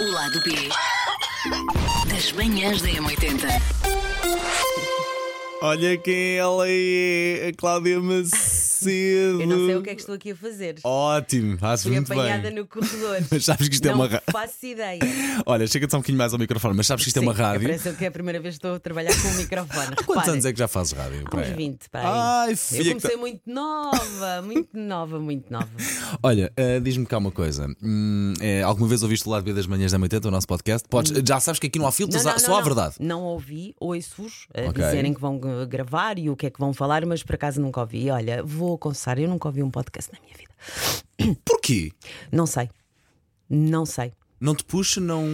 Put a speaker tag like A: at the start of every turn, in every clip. A: O lado B das manhãs da M80.
B: Olha quem ela é, a Cláudia Macedo.
C: Eu não sei o que é que estou aqui a fazer.
B: Ótimo, fazes
C: Fui
B: Oh, muito
C: apanhada
B: bem.
C: no corredor.
B: Mas sabes que isto é
C: não
B: uma ra-
C: faço ideia.
B: Olha, chega-te só um bocadinho mais ao microfone, mas sabes que isto é uma
C: Sim,
B: rádio.
C: Parece que é a primeira vez que estou a trabalhar com o microfone.
B: Há quantos anos é que já fazes rádio?
C: Há uns
B: Praia?
C: 20, pai.
B: Ai,
C: Eu
B: filha. que
C: comecei muito nova, muito nova, muito nova.
B: tá- Olha, ah, diz-me cá uma coisa. Hum, é, alguma vez ouviste o lado B das manhãs da 80, o nosso podcast? Podes, já sabes que aqui não há filtros, há- só há verdade.
C: Hum. Não ouvi, ouço-os a
B: Ok.
C: dizerem que vão uh, gravar e o que é que vão falar, mas por acaso nunca ouvi. Olha, vou confessar, eu nunca ouvi um podcast na minha vida.
B: Porquê?
C: Não sei. Não sei.
B: Não te puxa, não.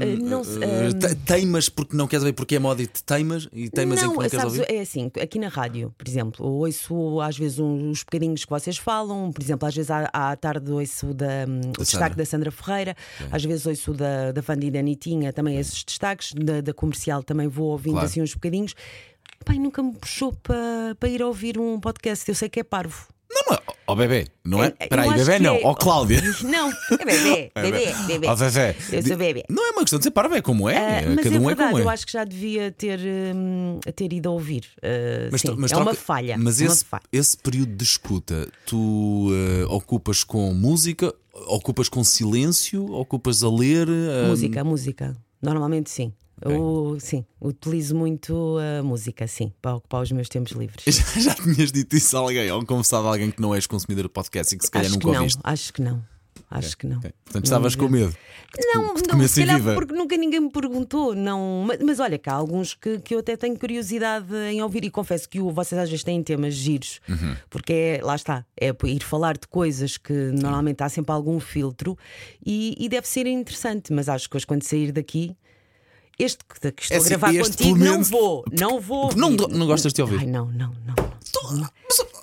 C: eh, não se-
B: Eh, te- Teimas porque não queres ver porque é moda e te teimas e teimas em
C: não,
B: que não queres
C: sabes,
B: ouvir?
C: é assim, aqui na rádio, por exemplo, eu ouço às vezes uns bocadinhos que vocês falam, por exemplo, às vezes à, à tarde ouço da, hum, o
B: Sandra.
C: destaque da Sandra Ferreira, às vezes ouço da, da Vanda e da Anitinha também esses destaques, da, da comercial também vou ouvindo
B: Claro.
C: assim uns bocadinhos. Pai, nunca me puxou para ir ouvir um podcast, eu sei que é parvo.
B: Não, não, ó oh, bebê, não é?
C: É, eu
B: Espera aí,
C: acho
B: bebê
C: que
B: não,
C: é-
B: ó Cláudia.
C: Não, é bebê, bebê, bebé.
B: Ó Zezé.
C: Eu sou bebê.
B: Não é uma questão de ser parvo, é como é.
C: Ah,
B: é,
C: mas
B: Cada
C: é
B: um é
C: verdade,
B: como é.
C: eu acho que já devia ter, hum, ter ido a ouvir. Ah,
B: Mas
C: sim,
B: tro- mas
C: é uma
B: troca-
C: falha.
B: Mas
C: uma
B: esse,
C: falha.
B: esse período de escuta, tu eh, ocupas com música, ocupas com silêncio, ocupas a ler. eh,
C: Música, música. Normalmente sim. Eu, sim, utilizo muito a música, sim, para ocupar os meus tempos livres.
B: Já, já tinhas dito isso a alguém, ou confessado a alguém que não és consumidor de podcast e que se calhar
C: acho
B: nunca
C: que não,
B: ouviste.
C: acho que não. Acho que não.
B: Ok. Portanto, estavas com medo. que te- que te
C: Não, não, se
B: comessem
C: calhar
B: viva.
C: porque nunca ninguém me perguntou, não. Mas, mas olha, cá há alguns que, que eu até tenho curiosidade em ouvir e confesso que o, vocês às vezes têm temas giros,
B: Uhum.
C: porque é, lá está, é ir falar de coisas que normalmente há sempre algum filtro e, e deve ser interessante, mas acho que hoje quando sair daqui. Este que que estou
B: É assim,
C: a gravar
B: este
C: contigo,
B: pelo
C: não
B: menos-
C: vou, não vou. ouvir.
B: Não go- não gostas de ouvir?
C: Ai, não, não, não. não.
B: Tu- mas-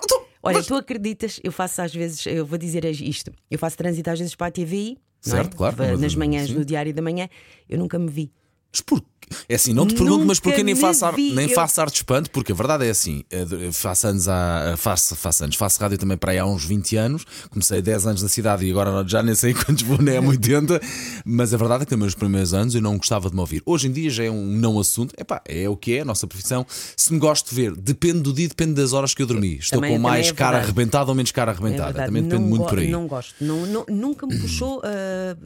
B: tu-
C: Olha,
B: mas-
C: tu acreditas, eu faço às vezes, eu vou dizer isto, eu faço trânsito às vezes para a TVI, não é?
B: Certo, claro,
C: Va-
B: mas-
C: nas manhãs,
B: sim.
C: no diário da manhã, eu nunca me vi.
B: Mas porquê? É assim, não te pergunto, mas
C: Nunca
B: porquê nem
C: me
B: faço, ar,
C: vi,
B: nem
C: eu-
B: faço ar de espanto? Porque a verdade é assim: eh, faço anos, há, eh, faço, faço anos, faço rádio também para aí há uns 20 anos. Comecei 10 anos na cidade e agora já nem sei quantos vou, nem é 80. Mas a verdade é que também nos primeiros anos eu não gostava de me ouvir. Hoje em dia já é um não assunto, Epá, é o que é, a nossa profissão. Se me gosto de ver, depende do dia, depende das horas que eu dormi. Estou
C: Também-
B: com
C: também
B: mais
C: é
B: cara
C: verdade.
B: arrebentada ou menos cara
C: É
B: arrebentada.
C: verdade,
B: Então, também depende
C: não
B: muito
C: go-
B: por aí.
C: Não gosto, não, não- nunca me puxou. ah,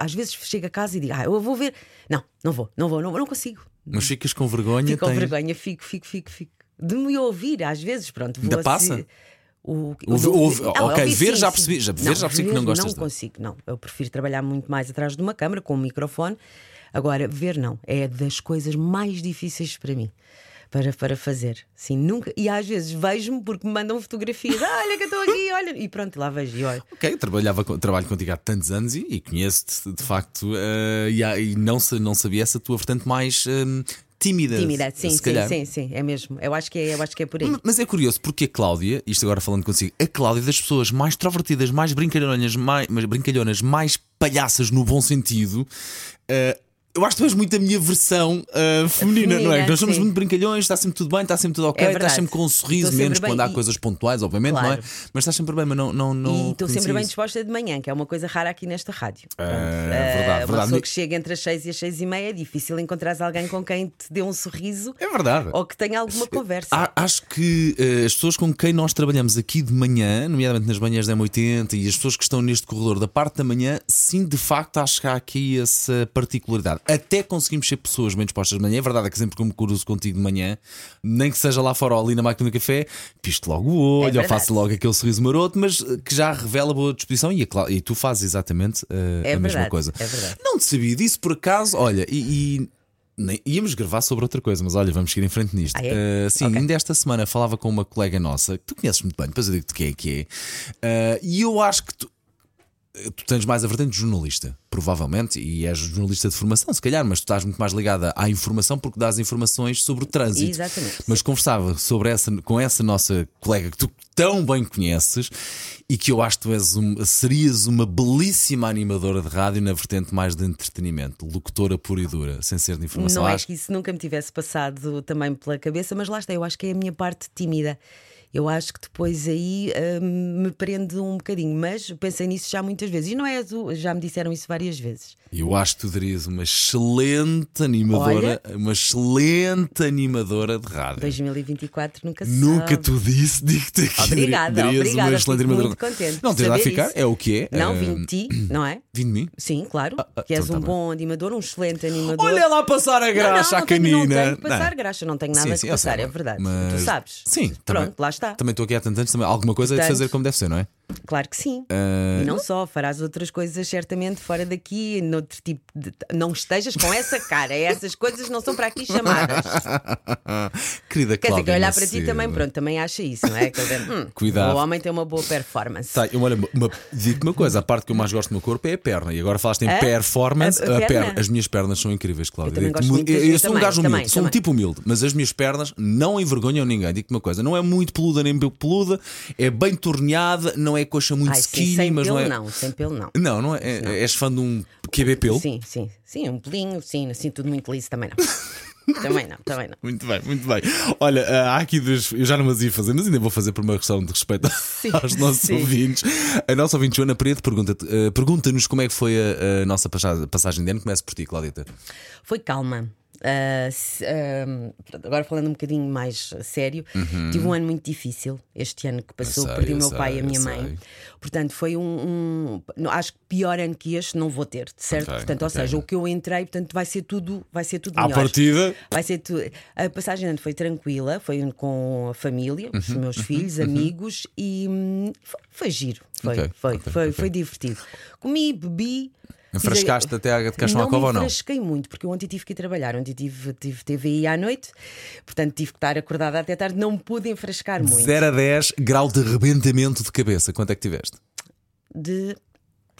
C: às vezes chego a casa e digo, ah, eu vou ver. Não, não vou, não vou, não, vou, não consigo.
B: Mas ficas com vergonha,
C: Fico com
B: tens-
C: vergonha, fico, fico, fico, fico. De me ouvir, às vezes, pronto. Vou
B: Ainda
C: assi-
B: passa?
C: O, o-
B: Ouve-
C: do-
B: ouve-
C: Ah,
B: ok,
C: ouvi,
B: ver
C: sim,
B: já
C: sim.
B: percebi, já- ver já percebi que
C: ver
B: não gostas
C: Não
B: de-
C: consigo, não. Eu prefiro trabalhar muito mais atrás de uma câmara, com um microfone. Agora, ver não. É das coisas mais difíceis para mim. Para, para fazer, sim, nunca. E às vezes vejo-me porque me mandam fotografias. Ah, olha que eu estou aqui, olha. E pronto, lá vejo. E olha.
B: Ok, eu trabalhava, com- trabalho contigo há tantos anos e, e conheço-te de facto eh, e, há- e não, sa- não sabia essa tua vertente mais eh, tímida.
C: Tímida,
B: se
C: sim, sim,
B: calhar.
C: sim, sim, é mesmo. Eu acho que é, eu acho que é por aí.
B: M- Mas é curioso porque a Cláudia, isto agora falando consigo, a Cláudia é das pessoas mais extrovertidas, mais brincalhonas, mais, mais brincalhonas, mais palhaças no bom sentido. eh, eu acho que tu és muito a minha versão eh, feminina, não é?
C: Feminina,
B: Nós somos
C: sim.
B: muito brincalhões, está sempre tudo bem, está sempre tudo ok,
C: É
B: estás
C: verdade.
B: sempre com um sorriso,
C: Estou
B: menos
C: sempre
B: quando
C: bem
B: há
C: e-
B: coisas pontuais, obviamente, não é?
C: Claro.
B: Mas estás sempre bem, mas não. não, não
C: E estou
B: conheci
C: sempre bem
B: isso.
C: disposta de manhã, que é uma coisa rara aqui nesta rádio. Pronto.
B: É verdade,
C: Ah, Uma
B: verdade.
C: pessoa que chega entre as 6 e as 6 e meia, é difícil encontrares alguém com quem te dê um sorriso
B: É verdade.
C: ou que tenha alguma conversa.
B: A- Acho que eh, as pessoas com quem nós trabalhamos aqui de manhã, nomeadamente nas manhãs da M80 e as pessoas que estão neste corredor da parte da manhã, sim, de facto, acho que há aqui essa particularidade. Até conseguimos ser pessoas bem dispostas de manhã. É verdade é que sempre que eu me cruzo contigo de manhã, nem que seja lá fora ou ali na máquina do café, pisto logo o olho ou
C: É verdade.
B: faço logo aquele sorriso maroto, mas eh, que já revela boa disposição e, a Clá- e tu fazes exatamente eh,
C: É
B: a mesma
C: verdade,
B: coisa.
C: é verdade.
B: Não te sabia disso por acaso, olha, e. e nem- íamos gravar sobre outra coisa, mas olha, vamos seguir em frente nisto.
C: Ah, é?
B: Eh, sim,
C: Ok.
B: ainda esta semana falava com uma colega nossa, que tu conheces muito bem, depois eu digo-te quem é que é, Eh, e eu acho que tu, eh, tu tens mais a vertente de jornalista, provavelmente, e és jornalista de formação, se calhar, mas tu estás muito mais ligada à informação porque dás informações sobre o trânsito.
C: Exatamente.
B: Mas conversava sobre essa, com essa nossa colega que tu tão bem conheces e que eu acho que tu és um, serias uma belíssima animadora de rádio na vertente mais de entretenimento, locutora pura e dura, sem ser de informação.
C: Não é
B: Acho-
C: que isso nunca me tivesse passado também pela cabeça, mas lá está, eu acho que é a minha parte tímida. eu acho que depois aí hum, me prende um bocadinho, mas pensei nisso já muitas vezes. E não é azul, já me disseram isso várias vezes.
B: Eu acho que tu terias uma excelente animadora, uma excelente animadora de rádio.
C: 2024 nunca se
B: É. Nunca
C: sabe.
B: tu disse, digo-te aqui.
C: Obrigada,
B: terias
C: obrigada,
B: uma
C: fico
B: excelente
C: muito
B: animadora.
C: contente
B: não,
C: de
B: tens lá a
C: saber
B: ficar,
C: isso.
B: é o que é.
C: Não,
B: Eh,
C: vim de ti, não é?
B: Vim de mim.
C: Sim, claro.
B: ah,
C: que és
B: então
C: um
B: tá
C: bom animador, um excelente animador.
B: Olha lá passar a
C: Não,
B: graxa
C: não,
B: à
C: não tenho-
B: canina.
C: Não tenho que passar graxa, não tenho nada
B: Sim,
C: de
B: sim, eu sei,
C: passar, é
B: mas-
C: verdade.
B: mas-
C: Tu sabes?
B: Sim,
C: Pronto,
B: também-
C: lá está.
B: Também estou aqui há tantos anos, também alguma coisa é de
C: Portanto-
B: fazer como deve ser, não é?
C: Claro que sim.
B: Ah.
C: E não só, farás outras coisas certamente fora daqui, noutro tipo de. Não estejas com essa cara, essas coisas não são para aqui chamadas.
B: Querida
C: Quer dizer, que
B: Cláudia
C: olhar para ti
B: Macedo.
C: também, pronto, também acha isso, não é? Quer dizer, hum,
B: Cuidado.
C: O homem tem uma boa performance.
B: Tá, eu, olha, uma- digo-te uma coisa: a parte que eu mais gosto do meu corpo é a perna. E agora falaste em
C: É?
B: performance.
C: A- a
B: a
C: perna.
B: As minhas pernas são incríveis, Cláudia.
C: Eu
B: Digo-te
C: também gosto
B: mu-
C: muito das
B: eu,
C: minhas
B: sou um
C: também,
B: gajo humilde,
C: também,
B: sou um
C: também.
B: tipo humilde, mas as minhas pernas não envergonham ninguém. Digo-te uma coisa: não é muito peluda nem peluda, é bem torneada, não é coxa muito
C: Ai,
B: skinny,
C: sim, sem
B: mas
C: pelo
B: não é.
C: não, sem pelo não.
B: Não, não é. é- És fã de um QB pelo?
C: Sim, sim, sim, um pelinho, sim, assim tudo muito liso também não. também não, também não.
B: Muito bem, muito bem. Olha, ah, há aqui dos. Eu já não as ia fazer, mas ainda vou fazer por uma questão de respeito aos nossos
C: sim.
B: ouvintes. A nossa ouvinte Joana Preto pergunta-te, ah, pergunta-nos como é que foi a, a nossa passa- passagem de ano. Começo por ti, Claudita.
C: Foi calma. Ah, se- ah, agora falando um bocadinho mais a sério, tive um ano muito difícil este ano que passou.
B: Uhum. Eu sei,
C: perdi
B: eu
C: o meu pai e
B: sei,
C: a minha
B: eu
C: mãe,
B: sei.
C: portanto, foi um, um- não, acho que pior ano que este não vou ter, certo?
B: Ok,
C: portanto, ou
B: ok.
C: seja, o que eu entrei, portanto, vai ser tudo, vai ser tudo
B: À
C: melhor.
B: partida.
C: Vai ser tu... A passagem de ano foi tranquila, foi um, com a família, os
B: Uhum,
C: meus filhos, amigos e hum, foi, foi giro. Foi,
B: Ok,
C: foi,
B: ok,
C: foi,
B: ok.
C: foi divertido. Comi, bebi. fiz a-
B: Enfrascaste até à- de Castro à
C: não
B: Cova
C: me
B: ou não?
C: enfrasquei muito, porque eu ontem tive que ir trabalhar, ontem tive, tive TVI à noite, portanto tive que estar acordada até tarde, não me pude enfrascar muito.
B: 0 a 10, grau de rebentamento de cabeça. Quanto é que tiveste?
C: De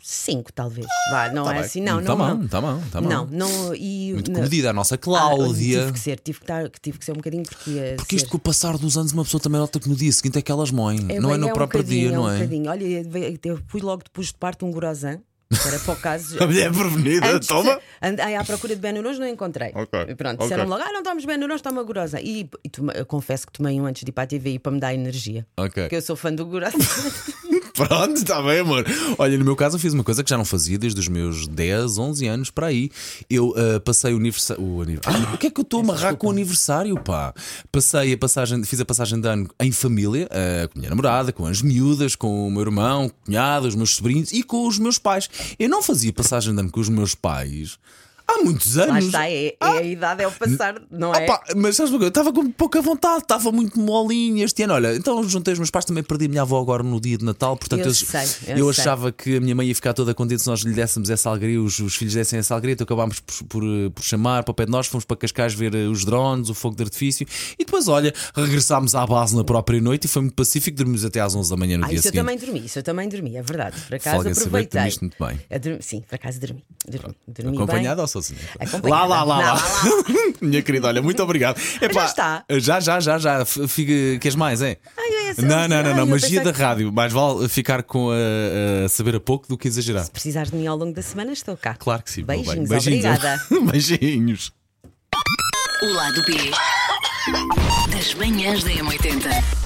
C: 5, talvez. Vá, não é assim, não,
B: Tá
C: não.
B: bom,
C: não.
B: tá bom, tá bom.
C: Não, não, e
B: Muito
C: na-
B: comedida, a nossa
C: Ah,
B: Cláudia.
C: tive que ser, tive que, estar, tive que ser um bocadinho porque ia
B: Porque isto
C: ser-
B: com o passar dos anos, uma pessoa também nota que no dia seguinte é que elas moem.
C: É
B: não é
C: bem,
B: no
C: um
B: próprio dia,
C: bocadinho, é
B: não
C: um
B: é?
C: bocadinho. Olha, eu- eu pus logo depois de parte um grosan, para para o caso.
B: A mulher é prevenida,
C: Antes de-
B: toma!
C: andei à procura de Benuros, não encontrei.
B: Ok,
C: E Pronto,
B: ok.
C: disseram logo: ah, não estamos Benuros, toma Gurosa. E, e tome- eu confesso que tomei um antes de ir para a TVI para me dar energia.
B: Ok.
C: Porque eu sou fã do Gurosa.
B: Pronto, está bem, amor. Olha, no meu caso, eu fiz uma coisa que já não fazia desde os meus 10, 11 anos para aí. Eu ah, passei o aniversário. O, aniv- Ah, o que é que eu estou a amarrar com o aniversário, pá? Passei a passagem, fiz a passagem de ano em família, ah, com a minha namorada, com as miúdas, com o meu irmão, com o cunhado, os meus sobrinhos e com os meus pais. Eu não fazia passagem de ano com os meus pais há muitos anos.
C: Lá está, é, é a idade, é o passar, não é?
B: Ah! Opa, mas sabes uma coisa? Eu estava com pouca vontade, estava muito molinho este ano. Olha, então juntei os meus pais, também perdi a minha avó agora no dia de Natal, portanto
C: Eu sei, eu sei.
B: achava que a minha mãe ia ficar toda contente se nós lhe dessemos essa alegria, os, os filhos dessem essa alegria, então acabámos por, por, eh, por chamar para o pé de nós, fomos para Cascais ver eh, os drones, o fogo de artifício e depois, olha, regressámos à base na própria noite e foi muito pacífico, dormimos até às 11 da manhã no
C: Ah,
B: dia
C: isso eu
B: é seguinte.
C: também dormi, isso eu também dormi, é verdade. Por acaso
B: Folga de saber que
C: aproveitei.
B: dormiste muito bem.
C: Eu dormi- sim, por acaso dormi. dormi, dormi
B: Acompanhada
C: bem.
B: ou sozinha?
C: Acompanhada.
B: Lá, lá, lá, lá.
C: Não, lá,
B: Minha querida, olha, muito obrigado. Epá,
C: está.
B: Já, já, já, já. F- Fica, queres mais, é?
C: Ai, eu ia ser- assim.
B: não, não, não,
C: Ai,
B: não.
C: eu
B: Magia da
C: pensava
B: rádio. Mais vale ficar com a, a saber a pouco do que exagerar.
C: Se precisares de mim ao longo da semana, estou cá.
B: Claro que sim. meu bem.
C: Beijinhos,
B: Beijinhos.
C: obrigada.
B: Beijinhos.
A: O lado B das manhãs da M80.